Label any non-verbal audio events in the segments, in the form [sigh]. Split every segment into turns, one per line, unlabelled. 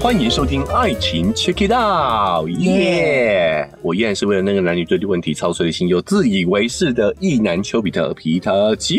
欢迎收听《爱情 Check It Out》，耶！我依然是为了那个男女对立问题操碎了心又自以为是的意男丘比特皮特丘。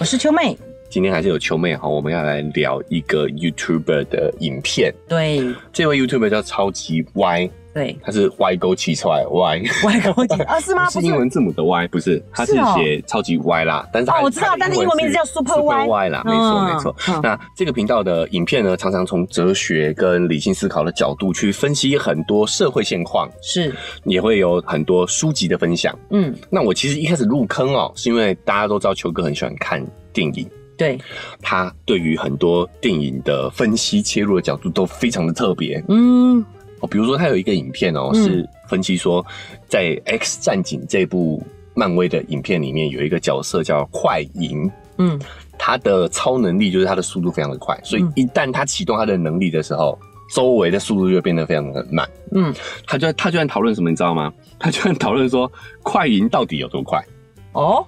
我是秋妹。
今天还是有球妹哈，我们要来聊一个 YouTuber 的影片。
对
这位 YouTuber 叫超级 Y，
对，
他是 Y 勾起出来的 Y，
外国
[laughs]
籍啊？是吗？
是英文字母的 Y，不是，他是
是哦
写超级 Y 啦，但是他
哦我知道
他的
但是英文名字叫 Super Y
Y 啦，没错没错。
错。嗯
那这个频道的影片呢，常常从哲学跟理性思考的角度去分析很多社会现况，
是，
也会有很多书籍的分享。
嗯，
那我其实一开始入坑哦，是因为大家都知道球哥很喜欢看电影，
对，
他对于很多电影的分析切入的角度都非常的特别
嗯，
哦。比如说，他有一个影片哦，
嗯
是分析说，在《X 战警》这部漫威的影片里面，有一个角色叫快银，
嗯，
他的超能力就是他的速度非常的快，所以
嗯
一旦他启动他的能力的时候，周围的速度就会变得非常的慢。
嗯，
他就他居然讨论什么，你知道吗？ [laughs] 他居然讨论说快银到底有多快？ [laughs]
哦，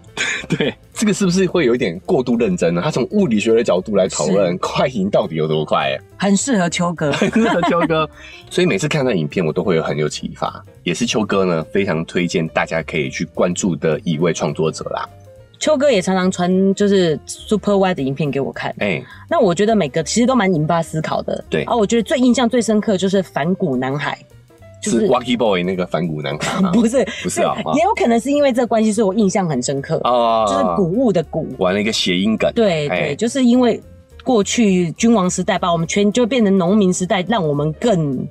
对，这个是不是会有一点过度认真呢？他从物理学的角度来讨论快银到底有多快、 [laughs] 欸，
很适合秋哥。 [laughs]
真的秋哥。 [laughs] 所以每次看到影片，我都会有很有启发，也是秋哥呢非常推荐大家可以去关注的一位创作者啦。
秋哥也常常传就是 Super Y 的影片给我看，
哎、
那我觉得每个其实都蛮引发思考的。
对
啊，我觉得最印象最深刻就是反骨男孩，就是
Wacky Boy 那个反骨男孩吗？
[laughs] 不是
[laughs] 不是啊啊
也有可能是因为这个关系，所以我印象很深刻，
哦
就是谷物的谷。
玩了一个谐音梗。
对
哎
对，就是因为过去君王时代把我们全就变成农民时代，让我们更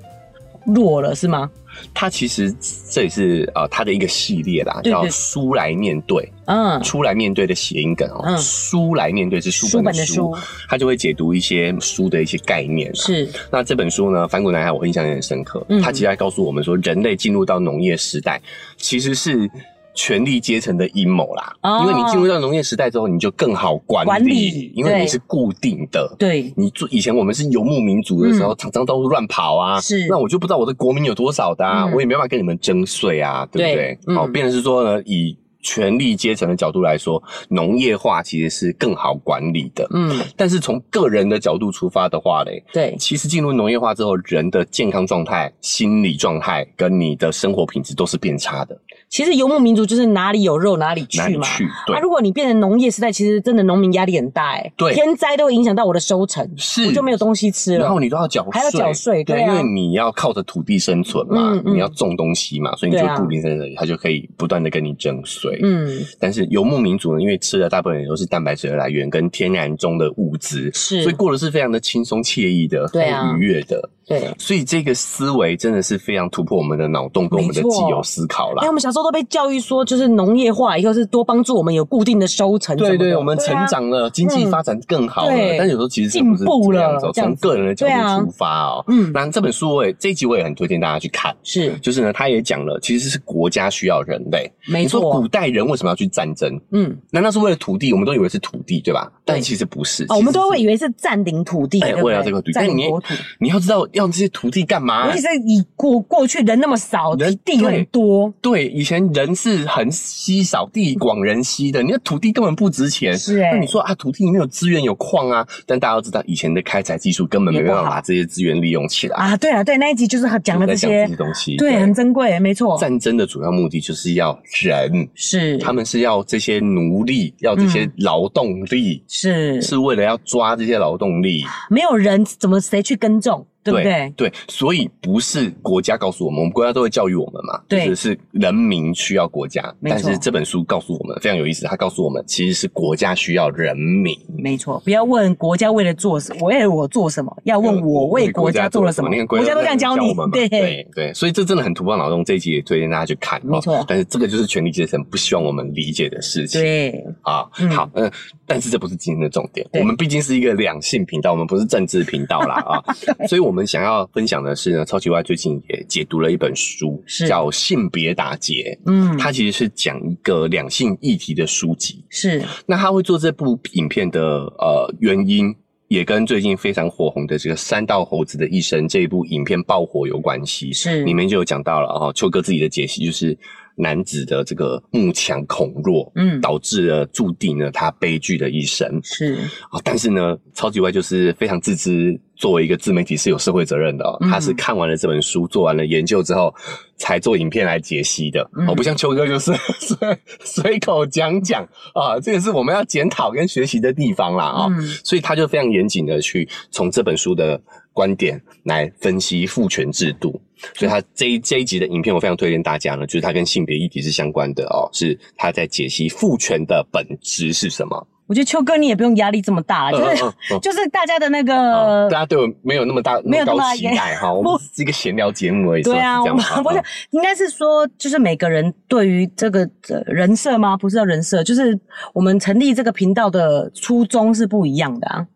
弱了，是吗？
他其实这也是呃他的一个系列啦，
对对
叫“书来面对”，
嗯，
出来面对的谐音梗哦
嗯，“
书来面对”是书
书
本
本
的
的
书
书，
他就会解读一些书的一些概念、。
是，
那这本书呢，《反骨男孩》，我印象也很深刻。
嗯
他其实还告诉我们说，人类进入到农业时代，其实是权力阶层的阴谋啦。
哦
因为你进入到农业时代之后，你就更好管理，
管理
因为你
对
是固定的。
对，
你做以前我们是游牧民族的时候，常常到处乱跑啊，
嗯是
那我就不知道我的国民有多少的、啊，
嗯
我也没办法跟你们征税啊，对不对
对？嗯
好、变成是说呢，以权力阶层的角度来说，农业化其实是更好管理的。
嗯，
但是从个人的角度出发的话嘞，
对，
其实进入农业化之后，人的健康状态、心理状态跟你的生活品质都是变差的，
其实游牧民族就是哪里有肉哪里去
哪里
嘛。
去？对，
啊，如果你变成农业时代，其实真的农民压力很大哎、
对
天灾都会影响到我的收成，
是
我就没有东西吃
然
了
后。你都要缴税，
还要缴税
对，
对啊
因为你要靠着土地生存嘛，
嗯嗯
你要种东西嘛，所以你就
对啊
固定在那里，它就可以不断的跟你征税。
嗯，
但是游牧民族呢，因为吃的大部分也都是蛋白质的来源跟天然中的物资，
是
所以过得是非常的轻松惬意的，
对啊
很愉悦的。
对。
所以这个思维真的是非常突破我们的脑洞跟我们的
没
既
错
有思考
因为
啦
哎我。们小时候都被教育说，就是农业化以后是多帮助我们有固定的收成什么
对
的。
对，我们成
啊
长了，经济发展更好了，
对啊嗯
但有时候其实真的不是
进步
这
了
样子哦，
这
从
样子
个人的角
对啊
度出发哦。
嗯
那这本书我也这一集我也很推荐大家去看。
是
就是呢，他也讲了，其实是国家需要人类。
没
你说
错
古。代人为什么要去战争？
嗯，
难道是为了土地？我们都以为是土地，对吧？但
对
其实不是，
哦，我们都会以
为。
为是占领土地，
哎
对不对
为了这个土地
占
但你
领国土。
你要知道，要这些土地干嘛
尤其？是以过过去人那么少，
人对
地很多，
对，以前人是很稀少，地广人稀的，你的土地根本不值钱。
是哎
那你说啊，土地里面有资源有矿啊，但大家都知道，以前的开采技术根本没
也不
办法
好
把这些资源利用起来。
啊，对了，对那一集就是讲了
就在
这
讲
些
这，些东西，
对，很珍贵，没错，
战争的主要目的就是要人，
是
他们是要这些奴隶，要这些
嗯
劳动力，
是
是为了要抓这些劳动力，
没有人怎么谁去耕种，对不对？
对，所以不是国家告诉我们，我们国家都会教育我们嘛，
对
就是是人民需要国家，
没
但
错
是这本书告诉我们非常有意思，它告诉我们其实是国家需要人民。
没错，不要问国家为了做什，我为我做什么，要
呃
问我为国家做了什么
你看，
国家都这样教
我
你
们，嘛
对
对对，所以这真的很突破脑洞。这一集也推荐大家去看，
没错
哦但是这个就是权力阶层不希望我们理解的事情。
对，
啊，
嗯
好，嗯、但是这不是今天的重点。
对
我们毕竟是一个两性频道，我们不是政治频道啦
[laughs]
啊，所以我们想要分享的是呢，超级外最近也解读了一本书，
是
叫《性别打劫》。
嗯，
它其实是讲一个两性议题的书籍。
是
那他会做这部影片的呃原因，也跟最近非常火红的这个《三道猴子的一生》这一部影片爆火有关系。
是
里面就有讲到了哈、哦，秋哥自己的解析就是男子的这个慕强恐弱，
嗯
导致了注定了他悲剧的一生
是，
啊、但是呢，超级外就是非常自知作为一个自媒体是有社会责任的、哦，
嗯
他是看完了这本书，做完了研究之后，才做影片来解析的。
嗯
哦，不像秋哥就是 [laughs] 随随口讲讲啊，这个是我们要检讨跟学习的地方啦啊、哦
嗯
所以他就非常严谨的去从这本书的观点来分析父权制度。所以他这一这一集的影片，我非常推荐大家呢，就是它跟性别议题是相关的哦，是他在解析父权的本质是什么。
我觉得秋哥你也不用压力这么大，啊就是、
嗯嗯嗯嗯
就是大家的那
呃，
个。
大家对我没有那么大
没有
那么高
那么大
期待哈，我们是一个闲聊节目而已，
对啊，
是
我 [laughs]
吧是这样
不是
吗，嗯
应该是说，就是每个人对于这个、呃人设吗？不是叫人设，就是我们成立这个频道的初衷是不一样的啊。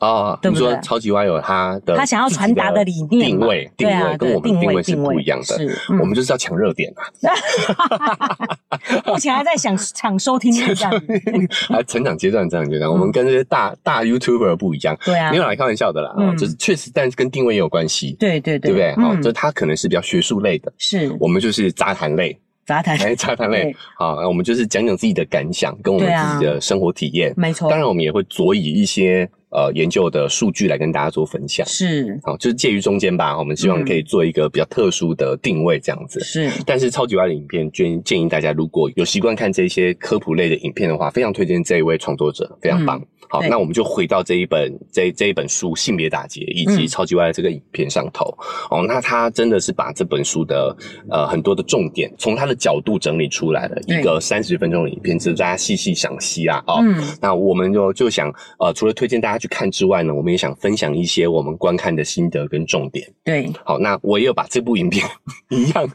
哦，
对
你
不对
说超级蛙有他的
他想要传达的理念
呃定
嘛
位定
对啊
位跟
对
我们
定
定
位
位是
定
不
位
一样的
是，嗯 [laughs]
我们就是要抢热点啊，
目前还在想抢收听率这
[laughs]
样子，
啊，成长阶段成长阶段，我们跟这些大大 YouTuber 不一样，
对嗯啊
没，有来开玩笑的啦，哦
嗯
就是确实，但是跟定位也有关系，
对对
对
对，
不对？哦，
嗯
就他可能是比较学术类的，
是
我们就是杂谈
[laughs]
类，
杂谈，
哎，杂谈类
对，
好，我们就是讲讲自己的感想，跟我们
对啊
自己的生活体验，
没错
当，然，我们也会佐以一些呃研究的数据来跟大家做分享。
是
好，就是介于中间吧。我们希望
嗯
可以做一个比较特殊的定位，这样子。
是，
但是超级歪的影片，建建议大家如果有习惯看这些科普类的影片的话，非常推荐这一位创作者，非常棒。好，
嗯对
那我们就回到这一本这这一本书《性别打劫》以及
嗯
超级歪的这个影片上头。哦，那他真的是把这本书的呃很多的重点，从他的角度整理出来了
对
一个三十分钟的影片，值得大家细细赏析啊。哦，
嗯，
那我们就就想，呃，除了推荐大家去看之外呢，我们也想分享一些我们观看的心得跟重点。
对，
好，那我也有把这部影片 [laughs] 一
[laughs]
样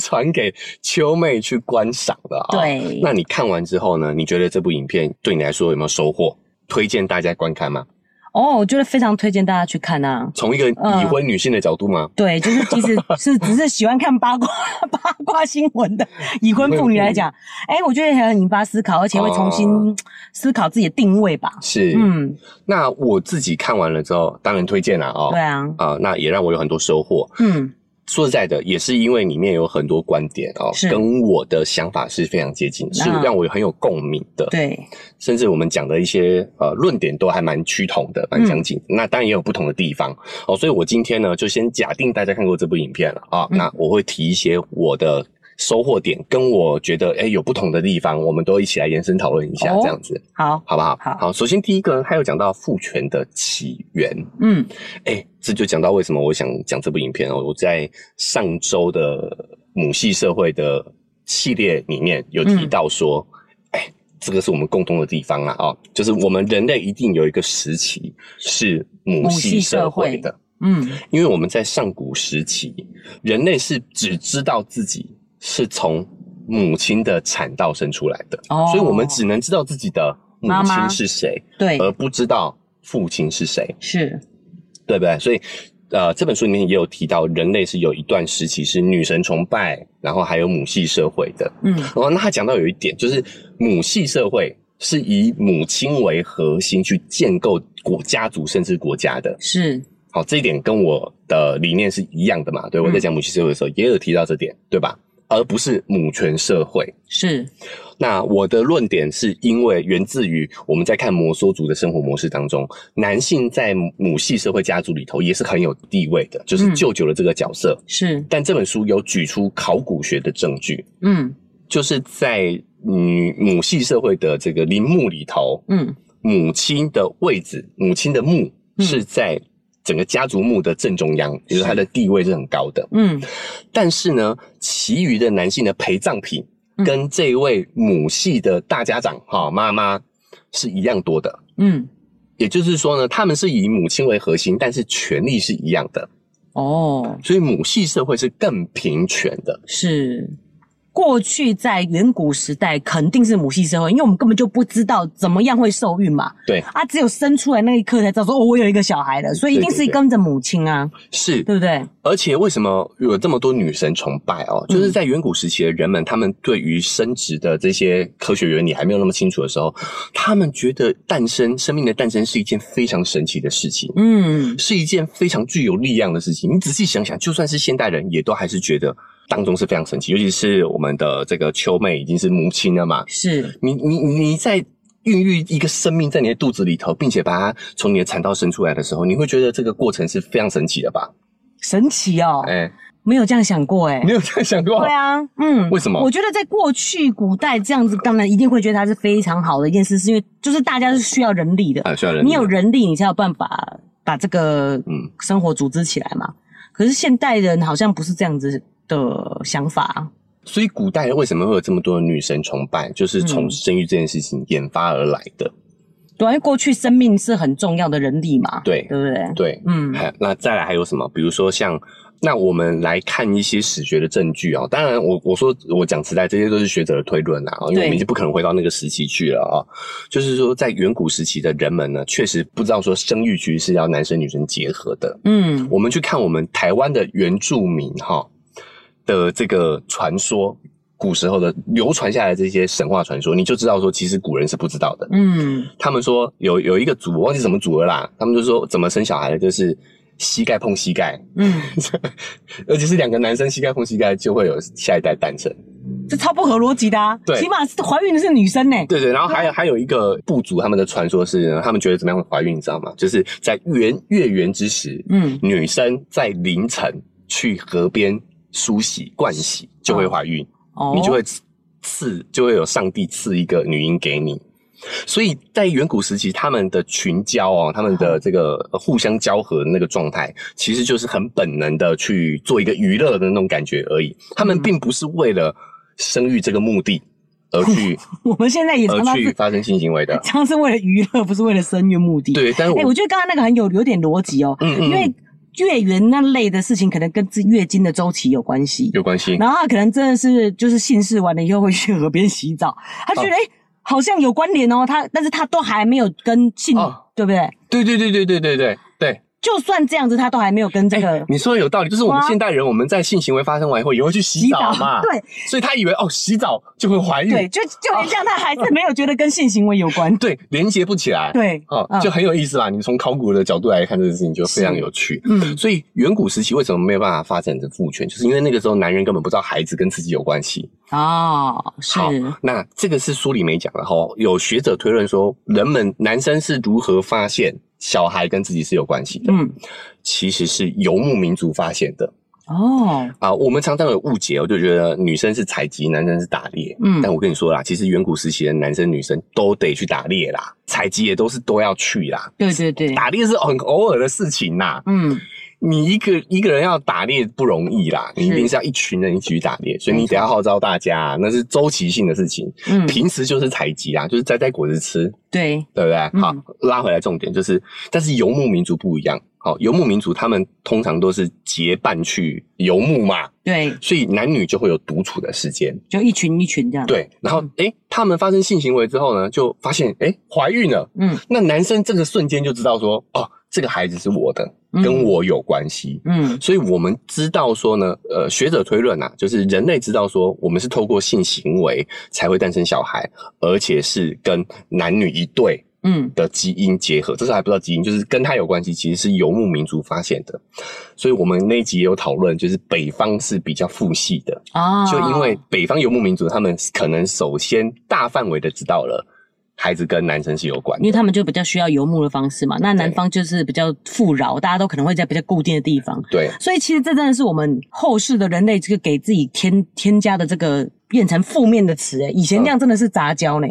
传给秋妹去观赏的啊、
对
那你看完之后呢，你觉得这部影片对你来说有没有收获？推荐大家观看吗？
哦，我觉得非常推荐大家去看啊。
从一个已婚女性的角度吗？
对，就是
[laughs]
即使是只是喜欢看八卦八卦新闻的已婚妇女来讲，哎、我觉得很引发思考，而且会重新思考自己的定位吧。
啊是，
嗯，
那我自己看完了之后，当然推荐了哦。
对啊，
啊、那也让我有很多收获。
嗯，
说实在的，也是因为里面有很多观点哦，
是
跟我的想法是非常接近的，是
那
让我很有共鸣的。，
对，
甚至我们讲的一些呃论点都还蛮趋同的，
嗯
蛮相近。那当然也有不同的地方哦，所以我今天呢就先假定大家看过这部影片了啊，
嗯
那我会提一些我的。收获点跟我觉得哎、有不同的地方，我们都一起来延伸讨论一下，
哦
这样子、
好，
好不好？
好
首先第一个呢，他有讲到父权的起源，
嗯，
哎、这就讲到为什么我想讲这部影片哦。我在上周的母系社会的系列里面有提到说，哎、这个是我们共同的地方啦，哦，就是我们人类一定有一个时期是母系社会的，
嗯，
因为我们在上古时期，人类是只知道自己是从母亲的产道生出来的，
哦
所以我们呃只能知道自己的母
妈妈
亲是谁，
对，
而不知道父亲是谁。
是，
对不对？所以，呃，这本书里面也有提到，人类是有一段时期是女神崇拜，然后还有母系社会的。
嗯，
然后，那他讲到有一点，就是母系社会是以母亲为核心去建构国家族甚至国家的。
是，
好，这一点跟我的理念是一样的嘛？对，我在讲母系社会的时候也有提到这点，对吧？而不是母权社会。
是，
那我的论点是因为源自于我们在看摩梭族的生活模式当中，男性在母系社会家族里头也是很有地位的，就是
嗯
舅舅的这个角色。
是，
但这本书有举出考古学的证据，
嗯
就是在嗯母系社会的这个陵墓里头，
嗯，
母亲的位置，母亲的墓
嗯
是在整个家族墓的正中央，也就是她的地位是很高的。
嗯，
但是呢，其余的男性的陪葬品
嗯
跟这位母系的大家长哈、妈妈是一样多的。
嗯，
也就是说呢，他们是以母亲为核心，但是权力是一样的，
哦，
所以母系社会是更平权的。
是。过去在远古时代肯定是母系社会，因为我们根本就不知道怎么样会受孕嘛，
对，
啊，只有生出来那一刻才知道说，哦，我有一个小孩了，所以一定是跟着母亲啊，
是。
对不对？
而且为什么有这么多女神崇拜哦？就是在远古时期的人们，他们对于生殖的这些科学原理还没有那么清楚的时候，他们觉得诞生生命的诞生是一件非常神奇的事情。
嗯，
是一件非常具有力量的事情。你仔细想想，就算是现代人，也都还是觉得当中是非常神奇。尤其是我们的这个秋妹已经是母亲了嘛，
是，
你你你在孕育一个生命在你的肚子里头，并且把它从你的产道生出来的时候，你会觉得这个过程是非常神奇的吧？
神奇哦，
哎、
没有这样想过哎、
你有这样想过？
对啊，嗯，
为什么
我觉得在过去古代这样子，当然一定会觉得它是非常好的一件事，是因为就是大家是需要人力的，
啊，需要人力，
你有人力，你才有办法把这个
嗯
生活组织起来嘛。可是现代人好像不是这样子的想法啊，
所以古代为什么会有这么多的女神崇拜，就是从
嗯
生育这件事情研发而来的。
对啊、因为过去生命是很重要的人力嘛，
对
对不对？
对，
嗯
还那再来还有什么？比如说像，那我们来看一些史学的证据啊、当然我，我说我讲时代，这些都是学者的推论啦、啊，因为
对
我们已经不可能回到那个时期去了啊、就是说，在远古时期的人们呢，确实不知道说生育其实是要男生女生结合的。
嗯，
我们去看我们台湾的原住民哈、的这个传说，古时候的流传下来的这些神话传说，你就知道说，其实古人是不知道的。
嗯，
他们说有有一个组，我忘记什么组了啦。他们就说怎么生小孩的，就是膝盖碰膝盖， [laughs]
嗯，
而且是两个男生膝盖碰膝盖就会有下一代诞生。
这超不合逻辑的啊！
对
起码是怀孕的是女生呢、
对对，然后还有还有一个部族，他们的传说是他们觉得怎么样会怀孕，你知道吗？就是在月月圆之时，
嗯，
女生在凌晨去河边梳洗盥洗就会怀孕。
哦
你就会赐，就会有上帝赐一个女婴给你。所以在远古时期，他们的群交哦，他们的
嗯
这个呃互相交合的那个状态，其实就是很本能的去做一个娱乐的那种感觉而已。他们并不是为了生育这个目的而
[laughs]
去
我们现在也常
而
常
呃去
是
发生性行为的。
常常是为了娱乐，不是为了生育目的。，
对，但是
哎、
我
我觉得刚刚那个很有有点逻辑哦，
嗯嗯嗯
因为月圆那类的事情，可能跟自月经的周期有关系。
有关系。
然后他可能真的是就是性事完了以后会去河边洗
[laughs] 哦
澡，他觉得哎、诶好像有关联哦，他但是他都还没有跟性，
哦
对不对？
对对对对对对对对。哎
就算这样子，他都还没有跟这个
你说的有道理，就是我们
哇
现代人，我们在性行为发生完以后，也会去洗澡嘛，
对
所以他以为哦，洗澡就会怀孕，
对，就就连这样，他还是没有觉得跟性行为有关。
对，连接不起来，
对，
哦
嗯，
就很有意思啦。你从考古的角度来看这件事情，就非常有趣。
嗯
所以远古时期为什么没有办法发展的父权，就是因为那个时候男人根本不知道孩子跟自己有关系。
哦，是
好，那这个是书里没讲的哈。有学者推论说，人们男生是如何发现小孩跟自己是有关系的，
嗯
其实是游牧民族发现的
哦
啊。我们常常有误解哦，我就觉得女生是采集，男生是打猎。
嗯
但我跟你说啦，其实远古时期的男生女生都得去打猎啦，采集也都是都要去啦。
对对对，
打猎是很偶尔的事情啦，
嗯
你一个一个人要打猎不容易啦，你一定是要一群人一起去打猎，所以你得要号召大家、啊，那是周期性的事情。
嗯
平时就是采集啊，就是摘摘果子吃，
对，
对不对？
嗯
好，拉回来重点就是，但是游牧民族不一样。好，游牧民族他们通常都是结伴去游牧嘛，
对，
所以男女就会有独处的时间。
就一群一群这样。，
对，然后诶、他们发生性行为之后呢，就发现诶、怀孕了。
嗯
那男生这个瞬间就知道说，哦，这个孩子是我的，
嗯
跟我有关系。
嗯
所以我们知道说呢，呃，学者推论啊，就是人类知道说，我们是透过性行为才会诞生小孩，而且是跟男女一对
嗯
的基因结合。这时候还不知道基因，就是跟他有关系，其实是游牧民族发现的。所以我们那一集也有讨论，就是北方是比较父系的，
啊，
就因为北方游牧民族他们可能首先大范围的知道了孩子跟男生是有关
因为
的。
他们就比较需要游牧的方式嘛，那南
对
方就是比较富饶，大家都可能会在比较固定的地方，
对，
所以其实这真的是我们后世的人类这个给自己添添加的这个变成负面的词、欸，以前那样真的是杂交呢、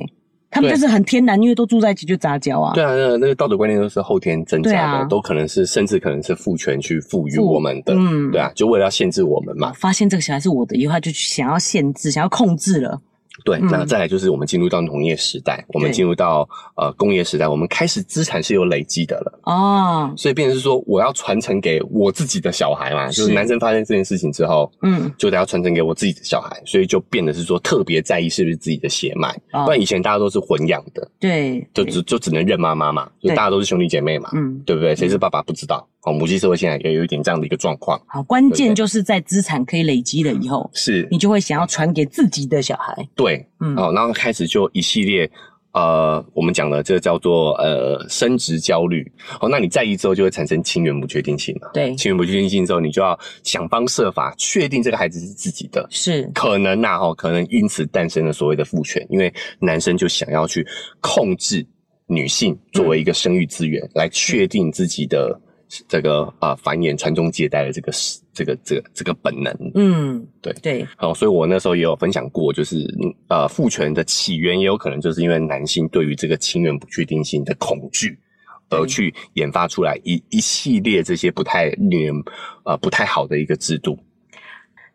他们
嗯对
就是很天然，因为都住在一起就杂交啊。
对啊，那那个道德观念都是后天增
对
加的，
啊
都可能是甚至可能是父权去赋予
赋
我们的，
嗯
对啊，就为了要限制我们嘛。
发现这个小孩是我的以后，他就想要限制，想要控制了。
对，
嗯
那再来就是我们进入到农业时代，我们
对
进入到呃工业时代，我们开始资产是有累积的了，
哦，
所以变成是说我要传承给我自己的小孩嘛，就是
是
男生发现这件事情之后。
嗯，
就得要传承给我自己的小孩，所以就变得是说特别在意是不是自己的血脉，
哦
不然以前大家都是混养的，
对，
就
对
只就只能认妈妈嘛，就
对
大家都是兄弟姐妹嘛，
嗯，
对不对？谁是爸爸不知道，哦，母系社会现在也有一点这样的一个状况，
好，关
对
键
对
就是在资产可以累积了以后，
是
你就会想要传给自己的小孩。
对，
嗯，
哦，然后开始就一系列呃，我们讲的这个叫做呃生殖焦虑。哦，那你在意之后就会产生亲缘不确定性嘛？
对
亲缘不确定性之后，你就要想方设法确定这个孩子是自己的。
是
可能呐、哈，可能因此诞生了所谓的父权，因为男生就想要去控制女性作为一个生育资源，来确定自己的这个啊、繁衍、传宗接代的这个这个这个这个本能。
嗯，
对
对，
哦，所以我那时候也有分享过，就是嗯呃，父权的起源也有可能就是因为男性对于这个亲缘不确定性的恐惧，而
对
去研发出来一一系列这些不太令人呃不太好的一个制度。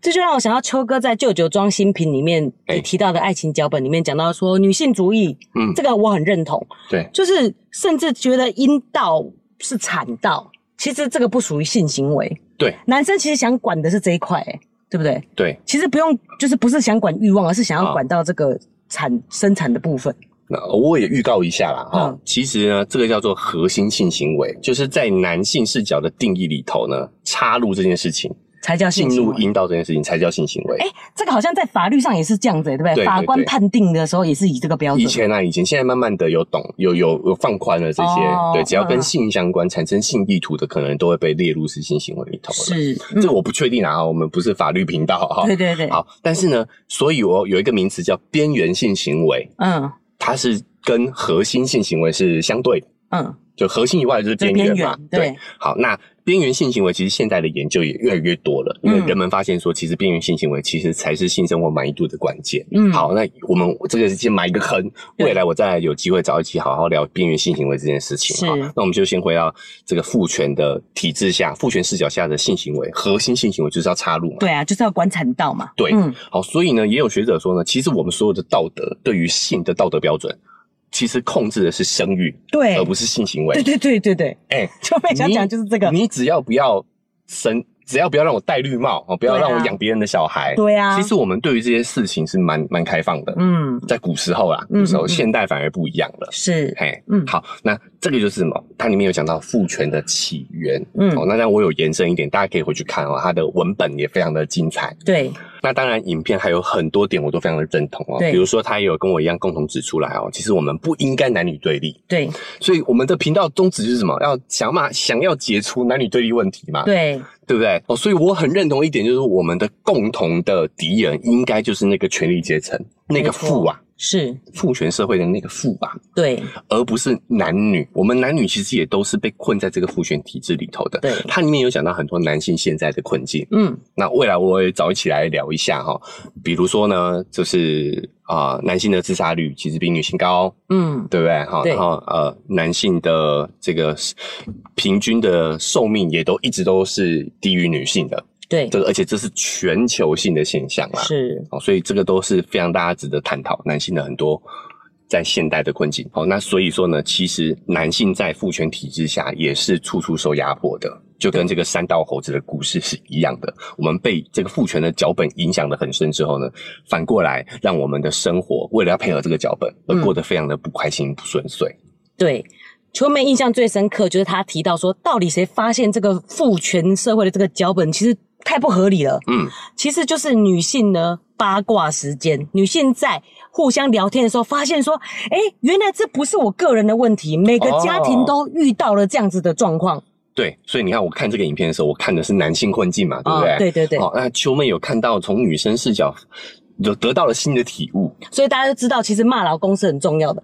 这就让我想到秋哥在《舅舅装新品》里面
哎
也提到的爱情脚本里面讲到说女性主义，
嗯
这个我很认同，
对，
就是甚至觉得阴道是产道，其实这个不属于性行为。
对，
男生其实想管的是这一块、哎，对不对？
对，
其实不用，就是不是想管欲望，而是想
啊
要管到这个产生产的部分。
那我也预告一下啦，哈、
嗯
其实呢，这个叫做核心性行为，就是在男性视角的定义里头呢，插入这件事情，
才叫
进
性行
入
为。
阴道这件事情才叫性行为。
哎，这个好像在法律上也是这样子、对不对？
对对
法官
对
判定的时候也是以这个标准。
以前啊，以前现在慢慢的有懂，有有有放宽了这些，
哦
对，只要跟
嗯
性相关、产生性意图的，可能都会被列入是性行为里头了。，
是，
这
嗯
我不确定啊，我们不是法律频道哈。
对对对，
好，但是呢，所以我有一个名词叫边缘性行为，
嗯
它是跟核心性行为是相对的，
嗯，
就核心以外就是
这
边
边
缘嘛
缘。
对，
对，
好，那边缘性行为其实现在的研究也越来越多了，因为
嗯
人们发现说，其实边缘性行为其实才是性生活满意度的关键。
嗯
好，那我们这个先埋一个坑，
对
未来我再有机会找一期好好聊边缘性行为这件事情
是
哈。那我们就先回到这个父权的体制下，父权视角下的性行为，核心性行为就是要插入嘛。
对啊，就是要管产道嘛。
对
嗯，
好，所以呢，也有学者说呢，其实我们所有的道德对于性的道德标准，其实控制的是生育，
对
而，不是性行为
对。对对对对， [laughs]
哎、
就没想讲
你
就是这个。
你只要不要生，只要不要让我戴绿帽哦，不要
对啊
让我养别人的小孩。
对啊，
其实我们对于这些事情是蛮蛮开放的，
嗯，
在古时候啦，
嗯
古时候、
嗯嗯
现代反而不一样了。
是，
嘿，
嗯
好，那这个就是什么？它里面有讲到父权的起源，
嗯
哦，那让我有延伸一点，大家可以回去看哦，它的文本也非常的精彩。
对，
那当然，影片还有很多点我都非常的认同哦，
对
比如说他也有跟我一样共同指出来哦，其实我们不应该男女对立，
对，
所以我们的频道宗旨是什么？要想嘛，想要解除男女对立问题嘛，
对，
对不对？哦，所以我很认同一点，就是我们的共同的敌人应该就是那个权力阶层，那个
没
父
错
啊，
是，
父权社会的那个父啊，
对，
而不是男女。我们男女其实也都是被困在这个父权体制里头的。
对
它里面有讲到很多男性现在的困境，
嗯，
那未来我也找一起来聊一下哈、比如说呢，就是啊、男性的自杀率其实比女性高，
嗯，
对不对？哈，
对
然后呃，男性的这个平均的寿命也都一直都是低于女性的，
对，
这个而且这是全球性的现象啊，
是，
哦，所以这个都是非常大家值得探讨男性的很多在现代的困境。哦，那所以说呢，其实男性在父权体制下也是处处受压迫的，就跟这个三道猴子的故事是一样的。我们被这个父权的脚本影响的很深之后呢，反过来让我们的生活为了要配合这个脚本
嗯
而过得非常的不开心、不顺遂。
对。秋妹印象最深刻就是她提到说，到底谁发现这个父权社会的这个脚本其实太不合理了。
嗯，
其实就是女性呢八卦时间，女性在互相聊天的时候，发现说，哎，原来这不是我个人的问题，每
哦
个家庭都遇到了这样子的状况。
对，所以你看，我看这个影片的时候，我看的是男性困境嘛，对不哦对？
啊对对对
好、那秋妹有看到从女生视角有得到了新的体悟，
所以大家就知道，其实骂老公是很重要的。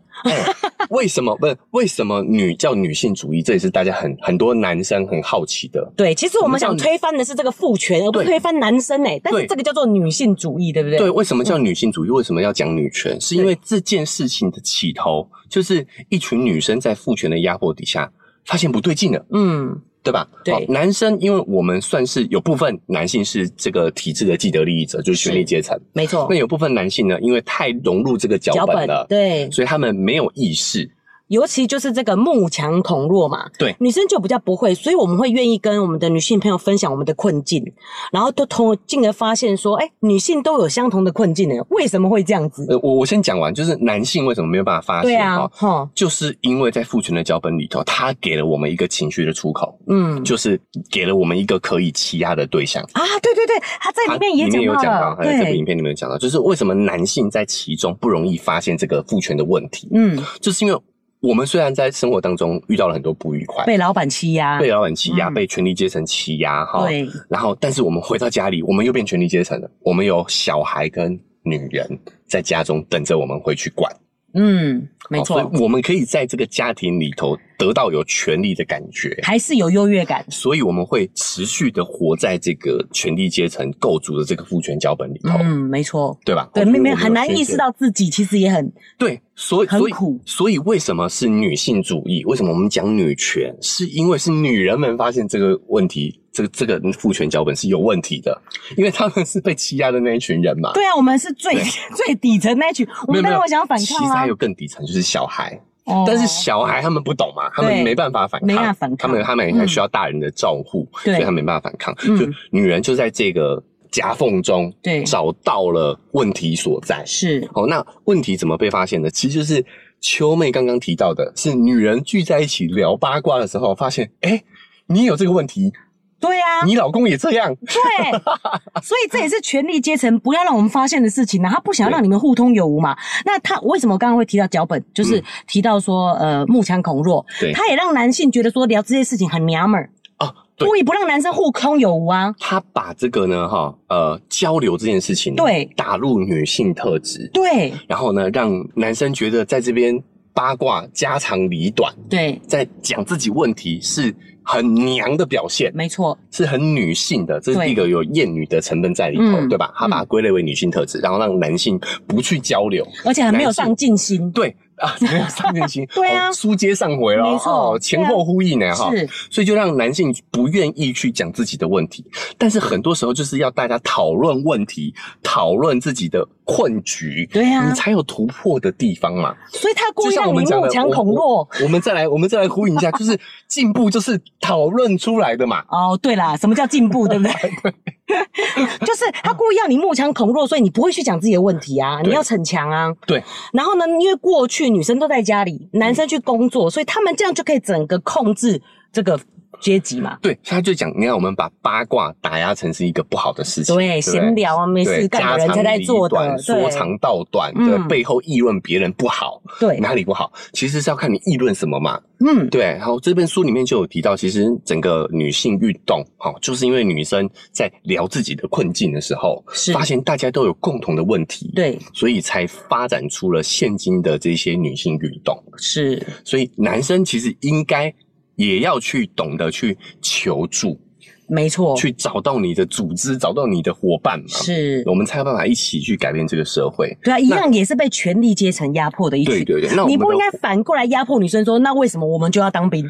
为什么不是？为什么女叫女性主义？这也是大家很很多男生很好奇的。
对，其实我们想推翻的是这个父权，而不
对
推翻男生哎、但
对
是这个叫做女性主义，对不对？
对，为什么叫女性主义？为什么要讲女权？是因为这件事情的起头就是一群女生在父权的压迫底下，发现不对劲了，
嗯，
对吧？
对
好男生因为我们算是有部分男性是这个体制的既得利益者，就是权力
是
阶层。
没错
那。有部分男性呢，因为太融入这个脚本了，
对，
所以他们没有意识
尤其就是这个慕强同弱嘛，
对
女生就比较不会，所以我们会愿意跟我们的女性朋友分享我们的困境，然后都同进而发现说，哎、女性都有相同的困境呢，为什么会这样子？
呃，我我先讲完，就是男性为什么没有办法发
对
现
啊，
哦
哈，
就是因为在父权的脚本里头，他给了我们一个情绪的出口，
嗯，
就是给了我们一个可以欺压的对象。
啊，对对对，他在
他
里面也
有
讲
讲
到
到，
了，
还有这部影
对，
片里面有讲到，就是为什么男性在其中不容易发现这个父权的问题，
嗯，
就是因为我们虽然在生活当中遇到了很多不愉快，
被老板欺压，
被老板欺压，
嗯
被权力阶层欺压，哈，
对
然后，但是我们回到家里，我们又变权力阶层了。我们有小孩跟女人在家中等着我们回去管，
嗯，没
好
错，
哦所以我们可以在这个家庭里头得到有权力的感觉，
还是有优越感，
所以我们会持续的活在这个权力阶层构筑的这个父权脚本里头，
嗯，没错，
对吧？哦
对，
所以
妹妹
我们
很
有
难
先
意
决
识到自己其实也很
对，所以
很
所以
苦
所以为什么是女性主义？为什么我们讲女权？是因为是女人们发现这个问题，这个这个父权脚本是有问题的，因为他们是被欺压的那一群人嘛。
对啊，我们是最 [laughs] 最底层那一群，我
没有没
们当
有
然会想要反
其
抗
实还
啊
有。更底层，就是小孩。
哦
但是小孩他们不懂嘛，他们
对
没办法反抗，
没办法反抗嗯
他们他们还需要大人的照顾，
对
所以他们没办法反抗。
嗯
就女人就在这个夹缝中，
对
找到了问题所在。
是
好，那问题怎么被发现的？其实就是秋妹刚刚提到的，是女人聚在一起聊八卦的时候，发现，哎、你也有这个问题，
对啊，
你老公也这样，
对，
[laughs]
所以这也是权力阶层不要让我们发现的事情呢、啊他不想让你们互通有无嘛。那他为什么刚刚会提到脚本，就是提到说、呃慕强恐弱，
嗯对
他也让男性觉得说聊这些事情很娘们儿，
啊，对
故意不让男生互通有无啊。
他把这个呢，哈，呃，交流这件事情，
对
打入女性特质，
对
然后呢，让男生觉得在这边八卦家长里短，
对，
在讲自己问题是很娘的表现，
没错，
是很女性的，这是
对
第一个有厌女的成分在里头，
嗯
对吧？他把它归类为女性特质，然后让男性不去交流，
而且很没有
男性
上进心。
对
[laughs]
啊，没有上进心，
对啊
哦书接上回了，
没错
哦前后呼应呢哈，
是，
所以就让男性不愿意去讲自己的问题，但是很多时候就是要大家讨论问题，讨论自己的困局，
对啊
你，才有突破的地方嘛。
所以他故
就
意
像
让
我
你
们讲
慕
的，
强
我
恐弱
我。我们再来，我们再来呼
[laughs]
应一下，就是进步就是讨论出来的嘛。
哦，对啦，什么叫进步，对
[laughs]
不对？ [laughs] 就是他故意要你慕强恐弱，所以你不会去讲自己的问题啊，你
对
要逞强啊。
对。
然后呢，因为过去女生都在家里，男生去工作，
嗯
所以他们这样就可以整个控制这个阶级嘛。
对，所以他就讲，你看我们把八卦打压成是一个不好的事情，
对，
不
闲聊啊，没
对
事干
家
的人
长
才在
里
做的
短，说长道短，对，
嗯
背后议论别人不好，
对，
哪里不好？其实是要看你议论什么嘛。
嗯，
对，然后这本书里面就有提到，其实整个女性运动，哈、就是因为女生在聊自己的困境的时候，
是
发现大家都有共同的问题，，
对，
所以才发展出了现今的这些女性运动。
是，
所以男生其实应该也要去懂得去求助，
没错，
去找到你的组织，找到你的伙伴嘛，
哦是，
我们才有办法一起去改变这个社会。
对啊，一样也是被权力阶层压迫的一
对
群。
对对，那我
你
们的
不应该反过来压迫女生说，那为什么我们就要当兵，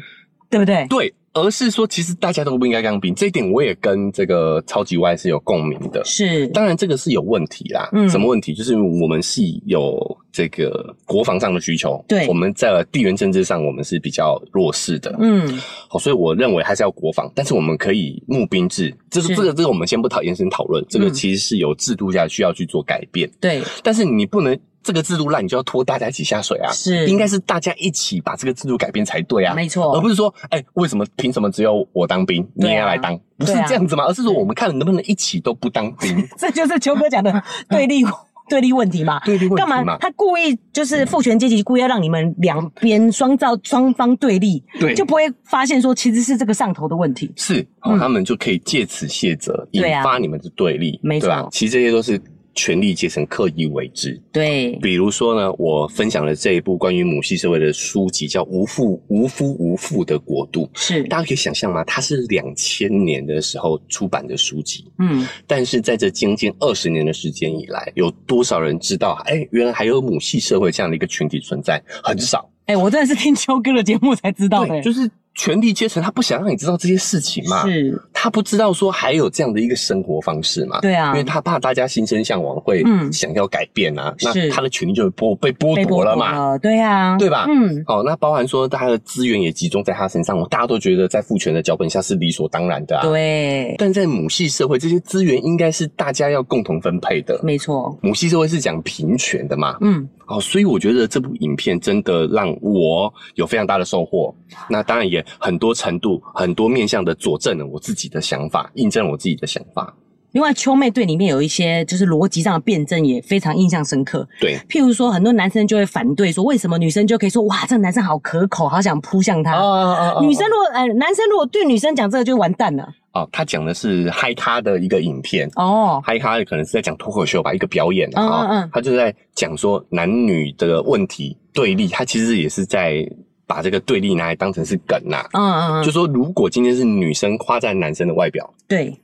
对不对？
对，而是说其实大家都不应该当兵，这一点我也跟这个超级 Y 是有共鸣的。
是，
当然，这个是有问题啦。
嗯
什么问题？就是我们是有这个国防上的需求，
对
我们在地缘政治上我们是比较弱势的。
嗯，
好，哦所以我认为还是要国防，但是我们可以募兵制，这是
是
这个这个我们先不讨延伸讨论，这个
嗯
其实是有制度下需要去做改变，
对，
但是你不能这个制度烂，你就要拖大家一起下水啊，
是
应该是大家一起把这个制度改变才对啊。
没
而
错
不，是说，哎、为什么凭什么只有我当兵，你
对啊
也要来当？不是
对啊
这样子吗？而是说，我们看能不能一起都不当兵，
[laughs] 这就是球哥
[laughs]
讲的对立 [laughs] 对立问题嘛。
对立问
干
题
嘛？
嘛？嗯
他故意就是父权阶级故意要让你们两边双造双方对立，
对
就不会发现说其实是这个上头的问题。
是、哦
嗯
他们就可以借此卸责，引
对啊
发你们的对立，
没
对吧
错
其实这些都是权力阶层刻意为之。
对，
比如说呢，我分享了这一部关于母系社会的书籍，叫《无父无夫无父的国度》。
是，
大家可以想象吗？它是两千年的时候出版的书籍，
嗯，
但是在这将近二十年的时间以来，有多少人知道？哎，原来还有母系社会这样的一个群体存在，很少。
哎，我真的是听秋哥的节目才知道的
对，，就是权力阶层，他不想让你知道这些事情嘛，
是，
他不知道说还有这样的一个生活方式嘛？
对啊
因为他怕大家心生向往会
嗯
想要改变啊，
是
那他的权利就被剥被剥
被
夺
剥
了
夺
嘛。
了，对啊，
对吧
嗯，
哦，那包含说他的资源也集中在他身上，大家都觉得在父权的脚本下是理所当然的啊。。
对，
但在母系社会，这些资源应该是大家要共同分配的。
没错，
母系社会是讲平权的嘛？
嗯，
哦，所以我觉得这部影片真的让我有非常大的收获。那当然也很多程度、很多面向的佐证了我自己的想法，印证了我自己的想法。
另外秋妹对里面有一些就是逻辑上的辩证也非常印象深刻，
对，
譬如说很多男生就会反对说为什么女生就可以说哇这个男生好可口，好想扑向他。
哦
女生如果呃，男生如果对女生讲这个就完蛋了
哦，他讲的是嗨他的一个影片，
哦，
嗨他可能是在讲脱口秀吧，一个表演啊、
嗯嗯嗯
他就在讲说男女的问题对立，他其实也是在把这个对立拿来当成是梗呐、
嗯嗯嗯，
就说如果今天是女生夸赞男生的外表，
对，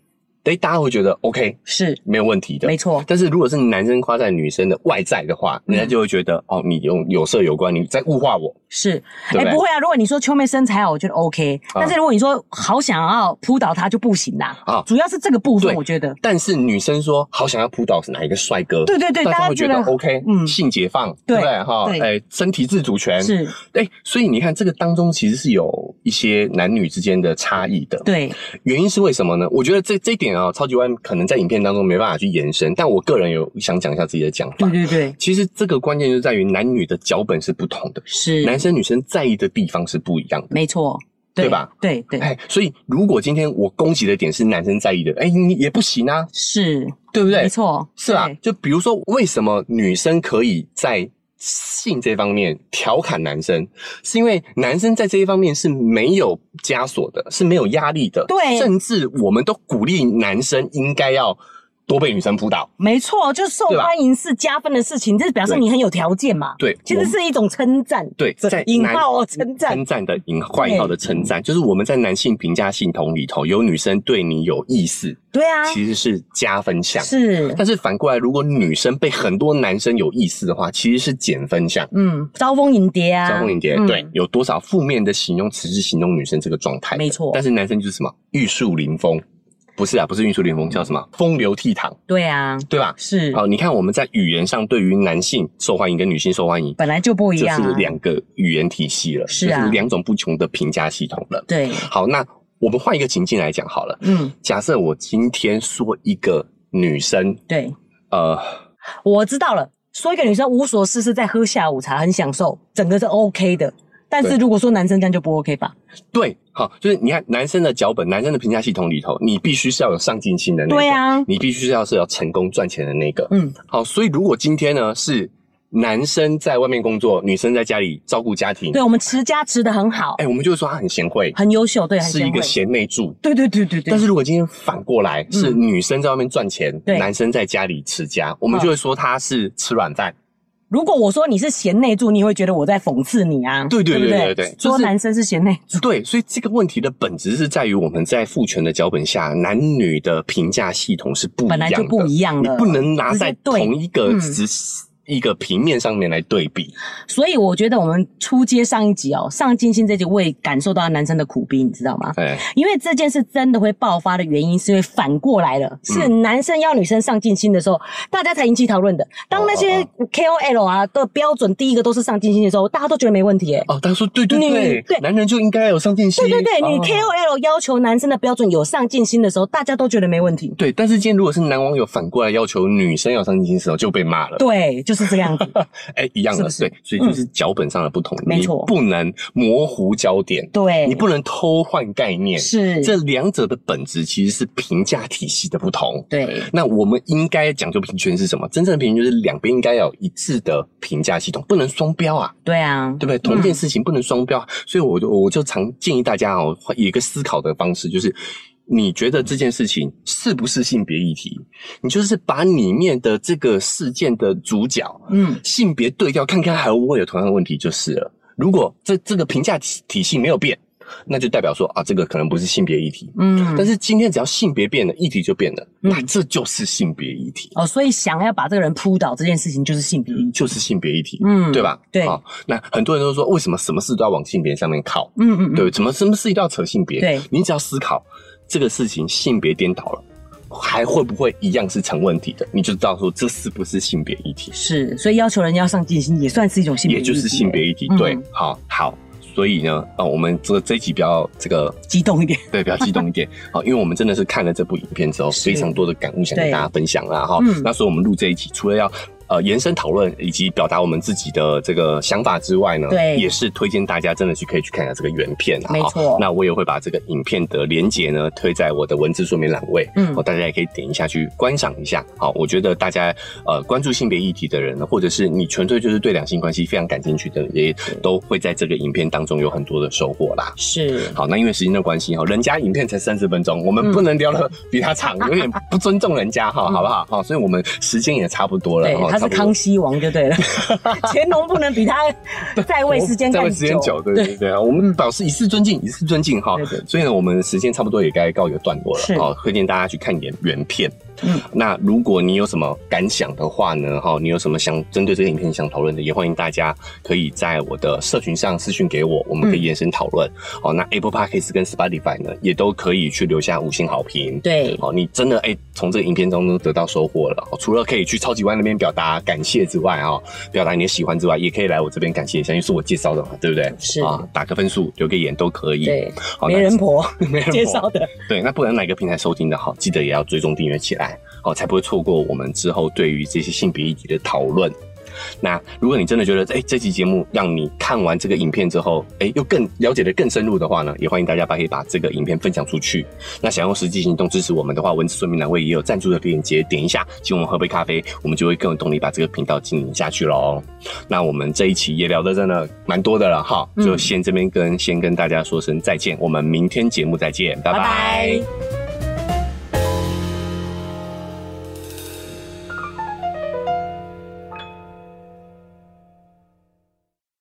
诶，大家会觉得 OK
是
没有问题的，
没错，
但是如果是男生夸赞女生的外在的话，
嗯
人家就会觉得哦，你有有色有关，你在物化我，
是。
对不
哎、
对？
不会啊，如果你说秋妹身材好，我觉得 OK，、
啊
但是如果你说好想要扑倒她就不行啦。
啊
主要是这个部分，
对
我觉得
但是女生说好想要扑倒哪一个帅哥，
对对对
大
大家
家会觉得
觉得
OK，
嗯
性解放，对
对
不对？哈，
对
哎，身体自主权，
是
哎，所以你看这个当中其实是有一些男女之间的差异的，
对，
原因是为什么呢？我觉得这这一点啊、超级弯可能在影片当中没办法去延伸，但我个人有想讲一下自己的讲法。
对对对，
其实这个关键就在于男女的脚本是不同的，男
是，
生女生在意的地方是不一样的。
没错，
对吧？
对对，
哎，所以如果今天我攻击的点是男生在意的，哎，你也不行啊，
是，
对不对？
没，错，
是啊吧
对？
就比如说，为什么女生可以在性这方面调侃男生，是因为男生在这一方面是没有枷锁的，是没有压力的，
对
甚至我们都鼓励男生应该要多被女生扑倒，
没错，就是受
对吧
欢迎是加分的事情，这表示
对
你很有条件嘛。
对，
其
我
实
们
是一种称赞，
对，
这
在
引
男
号哦称赞
称赞的引括引号的称赞，就是我们在男性评价系统里头，有女生对你有意思，
对啊，
其实是加分项。
是，
但是反过来，如果女生被很多男生有意思的话，其实是减分项。
嗯，招蜂引蝶啊，
招蜂引蝶，
嗯
对，有多少负面的形容词是形容女生这个状态的？
没错
但是男生就是什么玉树临风，不是啊，不是玉树临
嗯
风，叫什么风流倜傥，
对啊，
对吧？哦
是，
好，你看我们在语言上对于男性受欢迎跟女性受欢迎，
本来就不一
这
样
是
啊，
两个语言体系了，
是啊
就是两种不同的评价系统了。
对，
好，那我们换一个情境来讲好了。
嗯，
假设我今天说一个女生，
对，
呃，
我知道了。说一个女生无所事事在喝下午茶，很享受，整个是 OK 的。但是
对
如果说男生这样就不 OK 吧？
对，好，就是你看男生的脚本，男生的评价系统里头，你必须是要有上进心的那个，
对啊
你必须是要是要成功赚钱的那个。
嗯，
好，所以如果今天呢是男生在外面工作，女生在家里照顾家庭，
对，我们持家持得很好，
哎、我们就会说他很贤惠，
很优秀，对，很
是一个
贤
贤
惠
内助。
对对对对对。嗯
但是如果今天反过来是女生在外面赚钱，
对嗯
男生在家里持家，我们就会说他是吃软饭。
如果我说你是贤内助，你也会觉得我在讽刺你啊？
对对
不
对对对就是
说男生是贤内助，
对，所以这个问题的本质是在于我们在父权的脚本下，男女的评价系统是不一样
本
的，
来就不一样
你
了，
不能拿在
这呃是对
同一个
嗯
只是一个平面上面来对比。
所以我觉得我们出街上一集哦，上进心这集，我也感受到男生的苦逼，你知道吗？
哎，
因为这件事真的会爆发的原因，是因为反过来了，
嗯
是男生要女生上进心的时候，大家才引起讨论的。当那些
哦
KOL 啊的标准第一个都是上进心的时候，大家都觉得没问题、欸。
哦，他说对对
你
对，
对
男人就应该有上进心。
对对对，你
哦
KOL 要求男生的标准有上进心的时候，大家都觉得没问题。
对，但是今天如果是男网友反过来要求女生要上进心的时候，就被骂了。
对，就是这个样子。
哎，一样的，
是不是嗯
对，所以就是脚本上的不同，
没
你
错
不能模糊焦点，
对，
[laughs] 你不能偷换概念。
是
这两者的本质其实是评价体系的不同。
对
那我们应该讲究平权是什么？真正的平权就是两边应该要有一致的评价系统，不能双标啊。
对啊，
对不对？同一件事情不能双标，所以我就我就常建议大家哦，有一个思考的方式，就是你觉得这件事情是不是性别议题？你就是把里面的这个事件的主角
嗯，
性别对调，看看还会不会有同样的问题就是了。如果这这个评价体体系没有变，那就代表说啊，这个可能不是性别议题。
嗯
但是今天只要性别变了，议题就变了，
嗯
那这就是性别议题，
哦，所以想要把这个人扑倒这件事情就是性别议题。
就是性别议题，
嗯，
对？吧？
对
好，那很多人都说，为什么什么事都要往性别上面靠？
嗯嗯嗯，
对，怎么什么事情都要扯性别？
对
你只要思考这个事情性别颠倒了，还会不会一样是成问题的？你就知道说这是不是性别议题，
是，所以要求人家要上进心也算是一种性别
也
议题，
就是性别议题。
嗯
对，好，好。所以呢，啊、我们这这一集比较这个
激动一点，
对，比较激动一点好，因为我们真的是看了这部影片之后，
是
非常多的感悟想跟
对
大家分享啦哈
嗯。
那所以我们录这一集，除了要呃延伸讨论以及表达我们自己的这个想法之外呢，
对
也是推荐大家真的去可以去看一下这个原片啊。
没
哈
错
那我也会把这个影片的连接呢推在我的文字说明栏位，
嗯
哦，大家也可以点一下去观赏一下。好，我觉得大家呃关注性别议题的人呢，或者是你纯粹就是对两性关系非常感兴趣的人，也都会在这个影片当中有很多的收获啦。
是
好，那因为时间的关系哈，人家影片才三十分钟，我们
嗯
不能聊的比他长，有点不尊重人家
[laughs]
哈，
嗯
好不好？好，所以我们时间也差不多了
对，
哈，
他是
差不多
康熙王
[laughs]
就对了，乾隆不能比他在位时间
哦在
更
位时间久，对对对，我们表示一次尊敬，一次尊敬哈
对对。
所以呢，我们时间差不多也该告一个段落
是
了哦，推荐大家去看原原片。
嗯
那如果你有什么感想的话呢，哈，你有什么想针对这个影片想讨论的，也欢迎大家可以在我的社群上私讯给我，我
嗯
们可以延伸讨论。哦，那 Apple Podcast 跟 Spotify 呢，也都可以去留下五星好评。
对，
哦，你真的哎，从、这个影片当中得到收获了、哦。除了可以去超级湾那边表达感谢之外啊、哦，表达你的喜欢之外，也可以来我这边感谢一下，因为是我介绍的嘛，对不对？
是
啊，打个分数，留个言都可以。，
对，
好，
媒
那 [laughs]
人婆
没人
介
播
绍的，
对，那不管哪个平台收听的好，记得也要追踪订阅起来，哦，才不会错过我们之后对于这些性别议题的讨论。那如果你真的觉得，哎、这期节目让你看完这个影片之后，哎、又更了解的更深入的话呢，也欢迎大家把可以把这个影片分享出去。那想用实际行动支持我们的话，文字说明栏位也有赞助的链接，点一下，请我们喝杯咖啡，我们就会更有动力把这个频道经营下去喽。那我们这一期也聊的真的蛮多的了哈，
嗯
就先这边跟先跟大家说声再见，我们明天节目再见，拜拜
拜拜